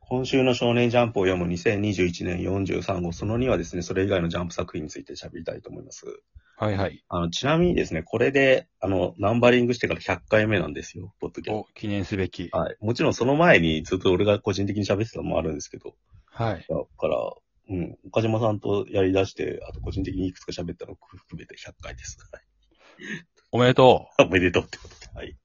今週の少年ジャンプを読む2021年43号、その2はですね、それ以外のジャンプ作品について喋りたいと思います。はいはい。あの、ちなみにですね、これで、あの、ナンバリングしてから100回目なんですよ、ポッドキャスお、記念すべき。ト。はい。もちろんその前にずっと俺が個人的に喋ってたのもあるんですけど、はい。だから、うん、岡島さんとやり出して、あと個人的にいくつか喋ったのを含めて100回です。はいおめでとおめでとうってことで。はい。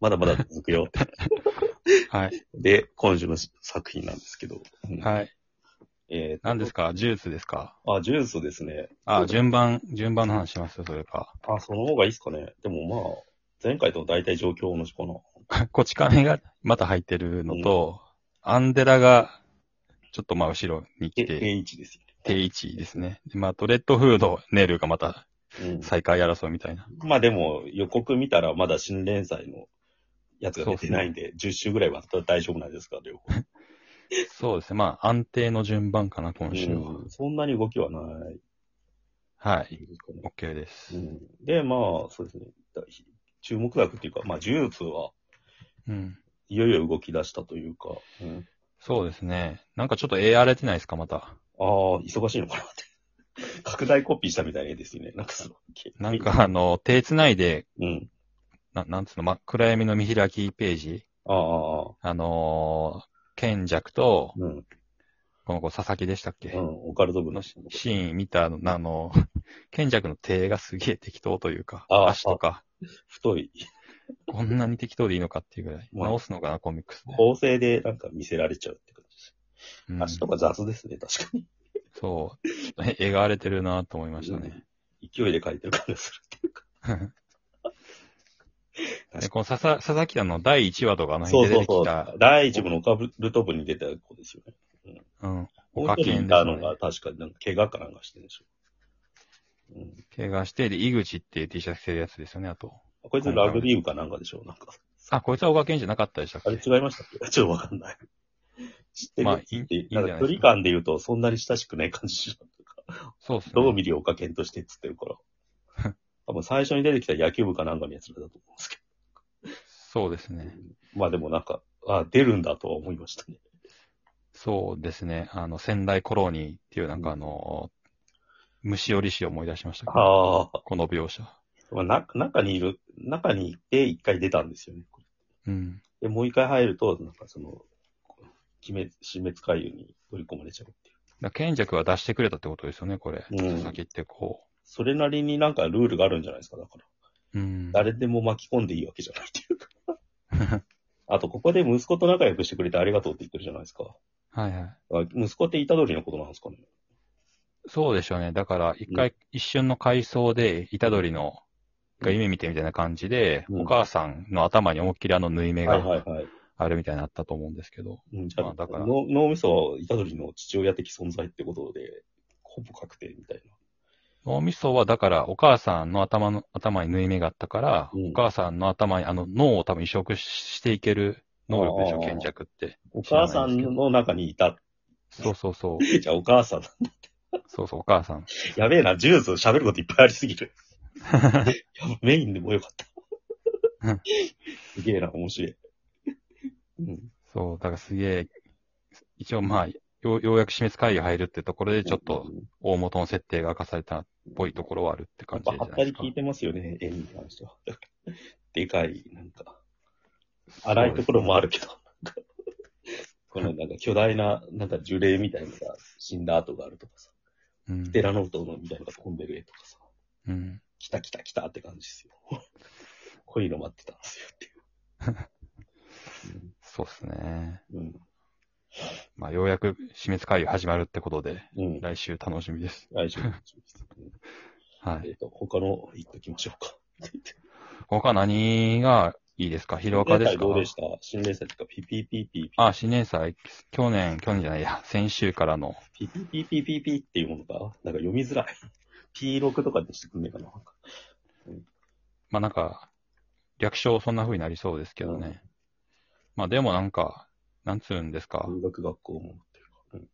まだまだ続くよ。う。はい。で、今週の作品なんですけど。うんはい。えー何ですかジュースですかあ、ジュースですね。あ、順番、順番の話しますよ、それか。 あ、その方がいいですかね。でもまあ、前回と大体状況同じかな。こち亀がまた入ってるのと、アンデラが、ちょっとまあ後ろに来定て、位置です定位置ですね。でまあトレッドフード、ネルがまたよね。再開争いみたいな。うん。まあでも、予告見たらまだ新連載のやつが出てないんで、10週ぐらいは大丈夫なんですか、両方。 そうですね。まあ安定の順番かな、今週は。うんそんなに動きはないはい。ですかね。 OK でうす。ん、で、まあ、そうですね。だ注目額っていうか、まあ、ジュースは、うん。いよいよ動き出したというか、うん、そうですね。なんかちょっと絵荒れてないですか、また。ああ、忙しいのかなって。 拡大コピーしたみたいな絵ですよね。なんかその、なんかあの、手繋いでうん。ななんつうの、ま、暗闇の見開きページ、ああ、あのー、賢弱と、うん。この子、佐々木でしたっけ、うん、オカルト部ののシシーン見たの、あの、 賢弱の手がすげえ適当というか、あ足とか、太いこんなに適当でいいのかっていうぐらい、まあ直すのかな、コミックスで。構成でなんか見せられちゃうって感じです。うん足とか雑ですね、確かに。そう。ちょっと絵が荒れてるなと思いましたね。勢いで描いてる感じするっていうか。かに でこの佐々佐々木あの、第1話とかあのそう辺で出そうてそきうた。、第一部のオカルト部に出た子ですよね。うん、もおうか一け人んいでたすのねが、確かになんか怪我かなんかしてるんでしょ。うん、怪我して、で、井口っていう T シャツ着てるやつですよね、あと。こいつラグビー部かなんかでしょなんか。あ、こいつは小川健じゃなかったでしたっあけれ違いましたっけちょっとわかんない。知ってる、まあいい知ってるいいんじゃないですかなんか距離感で言うとそんなに親しくない感じしなそうっすね。どう見りおかけんとしてっつってる から。多分最初に出てきた野球部かなんかのやつらだと思うんですけそうですね。ど。まあでもなんか、あ出るんだとは思いましたね。そうですね。あの、仙台コロニーっていうなんかあの、虫より詩を思い出しましたけど、ああ、この描写。 まあな、中にいる、中にいて一回出たんですよね。うん。で、もう一回入ると、なんかその、鬼滅、死滅回遊に取り込まれちゃうっていう。だから賢弱は出してくれたってことですよね、これ。うん佐々木ってこそれなりになんかルールがあるんじゃないですか、だから。う。うん。 誰でも巻き込んでいいわけじゃないっていうか。 あと、ここで息子と仲良くしてくれてありがとうって言ってるじゃないですか。はいはい。あ息子っていた通りのことなんですかね。そうでしょうね。だから、一回、一瞬の回想で、虎杖の、が夢見てみたいな感じで、うんお母さんの頭に思いっきりあの縫い目はいはいがはい。あるみたいになったと思うんですけど。うん、じゃまあ、あだから脳脳みそは虎杖の父親的存在ってことで、ほぼ確定みたい脳みそは、だから、お母さんの頭の、頭に縫い目があったから、うんお母さんの頭に、あの、脳を多分移植ししていける能力でしょ、ああ賢弱って。な。お母さんの中にいた。そうそうそう。じゃあお母さんだ。そうそう、お母さん。やべえな、ジュース喋ることいっぱいありすぎ る。やばメインでもよかったうん。すげえな、面白い。うん、そう、だからすげえ、一応まあ、ようようやく死滅会議入るってところで、ちょっと大元の設定が明かされたっぽいところはあるってや感っじぱじゃはなったいですりか聞い。てますよね、絵に関しては。 でかい、なんか、荒いところもあるけど、なんかこのなんか巨大な、なんか樹齢みたいなのが死んだ跡があるとかさ、そうですね。寺の塔のみたいなのが飛んでる絵とかさ、うん。うん。来た来た来たって感じ ですよ。こういうの待ってたんですよっていう。そうですね。うん。まあ、ようやく死滅会議始まるってことで、うん。来週楽しみです。来週の注意ですうんはいえ。っと、他の行っときましょうか。他何がいいですか広岡ですか新連載どうでした新連載とか、ピピピピあ、新年祭、去年、去年じゃないや、先週からの。ピ、ピピピピピピっていうものかなんか読みづらい。P6 とかにしてくんねえかな。まあなんか、略称そんな風になりそうですけどね。まあでもなんか、なんつうんですか、音楽学校もっていうか。うん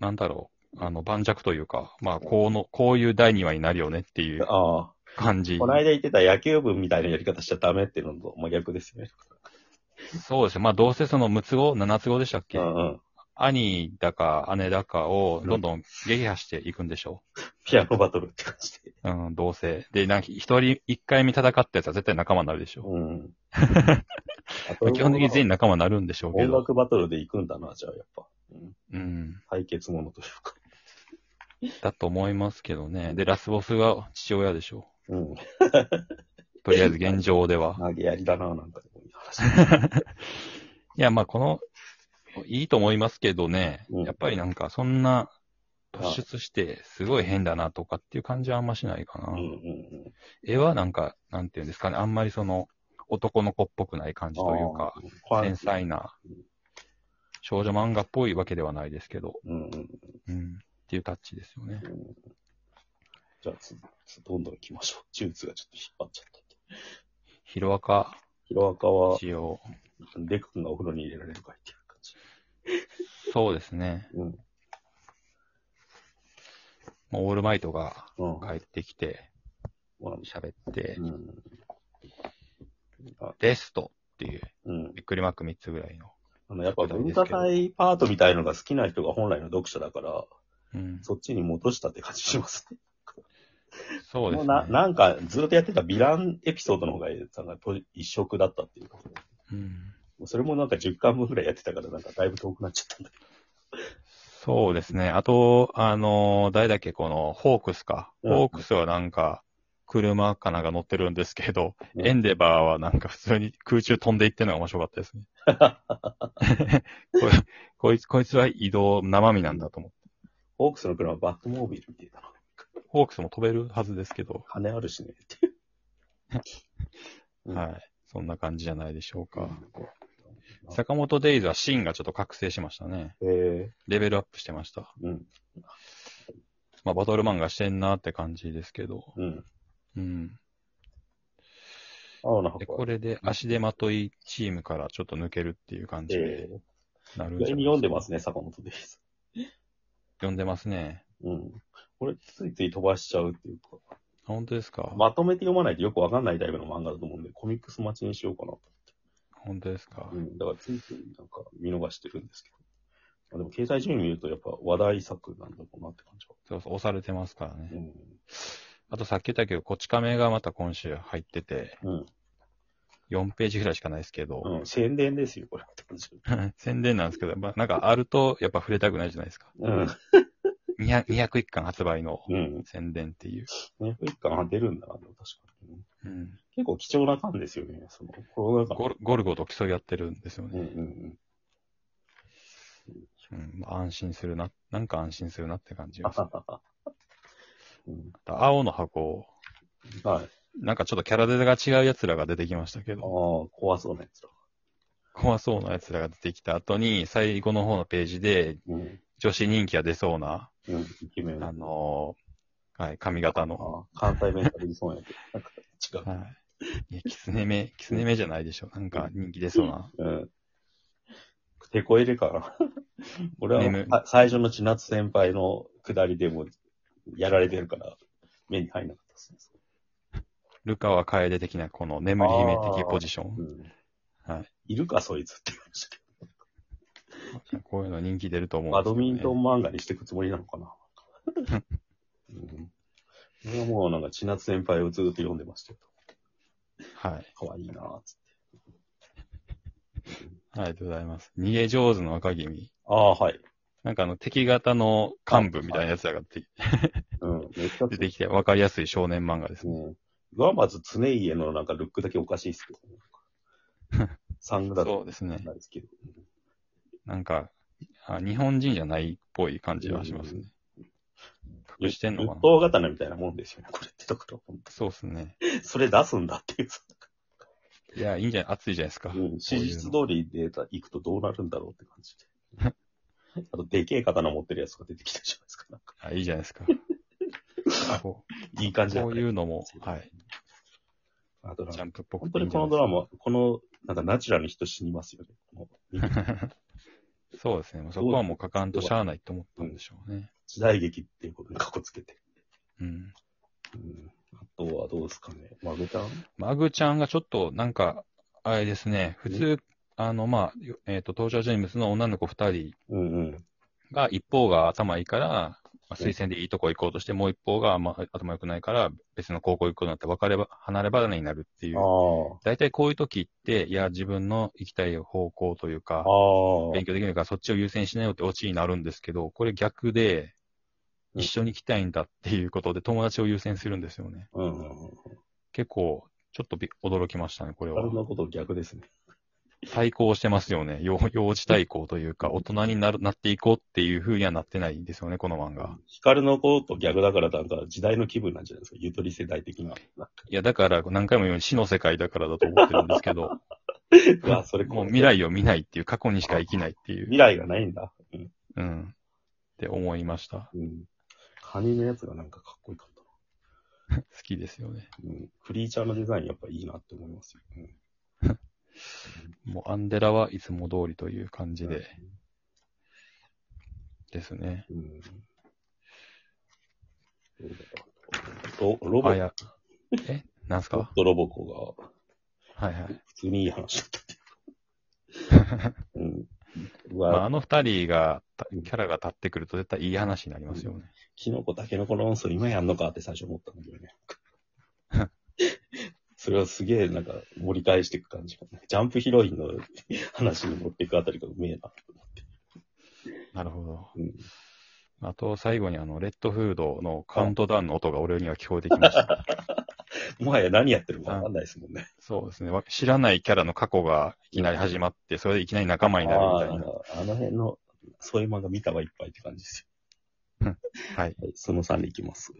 なんだろう、あの、盤石というか、まあこうの、こういう第2話になるよねっていうああ、感じ。この間言ってた野球部みたいなやり方しちゃダメっていうのと真逆ですよね。そうですね。まあ、どうせその6つ子、7つ子でしたっけうんうん。兄だか姉だかをどんどん撃破していくんでしょピアノバトルって感じで。う。うん、どうせ。で、なんか一人、一回目戦ったやつは絶対仲間になるでしょうん。う。基本的に全員員仲間になるんでしょうけ音ど。楽バトルで行くんだな、じゃあやっぱ。うんうん。対決ものというか。だと思いますけどね。で、ラスボスが父親でしょうん。う。とりあえず現状では。投げやりだな、なんかでもいい話。いや、まあ、この、いいと思いますけどね。うんやっぱりなんか、そんな、突出して、すごい変だなとかっていう感じはあんましないかな。うんうんうん。絵はなんか、なんていうんですかね。あんまりその、男の子っぽくない感じというか、あー、繊細なうん、少女漫画っぽいわけではないですけど、うんうん。うん、っていうタッチですよね。じゃあ、つつどんどん行きましょう。チューツがちょっと引っ張っちゃった。ヒロアカ、ヒロアカは、一応、デク君がお風呂に入れられるかっていう感じ。そうですね。うん。もうオールマイトがうん。帰ってきて、まあ喋ってう、ん。あですとっていう、うん。びっくりマーク3つぐらいの。あの、やっぱ文化祭パートみたいのが好きな人が本来の読者だから、うん、そっちに戻したって感じしますね。そうですもうなね。なんか、ずっとやってたヴィランエピソードの方が、なんか、と一色だったっていうか、もうん、うそれもなんか10巻分ぐらいやってたから、なんかだいぶ遠くなっちゃったんだけそうですね。あと、あのー誰だっけ、この、ホークスか。うんホークスはなんか、車かなんか乗ってるんですけど、うんエンデバーはなんか普通に空中飛んでいってるのが面白かったですね。 こい こいつ、こいつは移動生身なんだと思って。ど。ホークスの車はバットモービルみたいな。ホークスも飛べるはずですけど、金あるしね、 っていう。うんはい。そんな感じじゃないでしょうか。うん坂本デイズはシーンがちょっと覚醒しましたね。えー、レベルアップしてました。うん、まあ、バトル漫画してんなって感じですけど。うん。うん。青ので、箱こは。れで足手まといチームからちょっと抜けるっていう感じえでー、なるん意じゃ外にない読んででますね、坂本デイズ。読んでますね。うん。これ、ついつい飛ばしちゃうっていうか、あ本当ですか、まとめて読まないとよくわかんないタイプの漫画だと思うんで、コミックス待ちにしようかなと。本当ですか、うん。だから、ついついなんか見逃してるんですけど。まあ、でも、掲載順位見ると、やっぱ話題作なんだろうなって感じは。そうそう、押されてますからうね。ん。あとさっき言ったけど、こち亀がまた今週入ってて、うん。 4ページぐらいしかないですけど、うん。宣伝ですよ、これって感じ。 宣伝なんですけど、まあ、なんかあるとやっぱ触れたくないじゃないですか。うん。 200 201巻発売のうん。宣伝っていう。ね、一巻は出るんだな、でも確かに。うん、結構貴重な巻ですよね、その、コロナ禍のゴルゴルゴと競い合ってるんですようんうね。んうんまあ安心するな、なんか安心するなって感じうん。です。あうんと青の箱、はい。なんかちょっとキャラデザが違う奴らが出てきましたけああど、、怖そうなやつだ。怖そうな奴らが出てきた後に、最後の方のページで、うん。女子人気が出そうな、うん。イケメン。あのーはい、髪型の、ああ関西弁が言いそうやけど。なんか違う。はい。いや、キツネ目、キツネ目じゃないでしょ。なんか人気出そうな。うん。手こ入れかな。 俺はもう眠さ最初の千夏先輩の下りでもやられてるから、目に入んなかったですね。ルカは楓的な、この眠り姫的ポジション。うん。はい。いるか、そいつって言いましたけこういうの人気出ると思ど。うバんですドよ、ね。ミントン漫画にしていくつもりなのか な。うん。俺はもうなんか千夏先輩をずっと読んでましたよ。はい。かわいいなぁ、つって。ありがとうございます。逃げ上手の赤君。ああ、はい。なんかあの、敵型の幹部みたいなやつらが出てうん。めっちゃ出てきて、わかりやすい少年漫画ですね。ね。ガンバーズ常家のなんかルックだけおかしいっすけどね。サングラスそうですね。なんですけど。なんか、あ日本人じゃないっぽい感じはしますね。隠してんの仏かな頭刀みたいなもんですよね、これってところ。 そうですね。それ出すんだって いうさ。いや、いいんじゃない熱いじゃないですか。うん、史実通りデータ行くとどうなるんだろうって感じ で。あと、でけえ刀持ってるやつが出てきたじゃないですか。なんかあいいじゃないですか。こいい感うじだこねういうのも、はい。あドラジャマンプっぽく本て当いいんにじこゃなのいドですラか。マ、この、なんかナチュラルに人死にますよね。このそうですね。もうそこはもう果敢としゃあないと思ったんでしょうね。時代劇っていうことにかこつけて。うん。うん、あとはどうですかね。マグちゃんマグちゃんがちょっと、なんか、あれですね、普通、あの、まあ、よえっ、と、登場人物の女の子二人うんうん。が、一方が頭いいから、まあ推薦でいいとこ行こうとして、もう一方が、まあ、頭良くないから、別の高校行くことになって、別れば、離れ離れになるっていう。あ大体こういう時って、いや、自分の行きたい方向というかあ。、ああ。勉強できないからそっちを優先しなよってオチになるんですけど、これ逆で、うん一緒に行きたいんだっていうことで友達を優先するんですよね。うんうんうん。結構、ちょっとび驚きましたね、これあはれ。のこと逆ですね。対抗してますよね。幼幼児対抗というか、大人になるなっていこうっていう風にはなってないんですよね、この漫画。光の子と逆だからなんか時代の気分なんじゃないですか。ゆとり世代的 な。なんいや、だから何回も言うように死の世界だからだと思ってるんです けど、かうわ、それもう未。来を見ないっていう、過去にしか生きないっていう、 未来がないんだ。うん。うん、って思いました。うん。カニのやつがなんかかっこよかった好きですよね。な。うん。クリーチャーのデザインやっぱいいなって思いますよ。うん。もうアンデラはいつも通りという感じで、ですね。うん。ロロボあちょや、えなんすっかとロボコがはいはい。普通にいい話だった っていう。うん。うまわ、あ、あの二人が、たキャラが立ってくると絶対いい話になりますよね。キノコ、タケノコ論争今やんのかって最初思ったんだけどね。 それはすげえなんか盛り返していく感じがね。ジャンプヒロインの話に持っていくあたりがうめえなと思って。なるほど。うん、あと、最後にあの、レッドフードのカウントダウンの音が俺には聞こえてき ました。もはや何やってるかわかんないですもんね。そうですね。わ知らないキャラの過去がいきなり始まって、それでいきなり 仲間になるみたいな。あーあの辺の、そういう漫画見たはいっぱいって感じです はい。よ。はい、その3でいきます。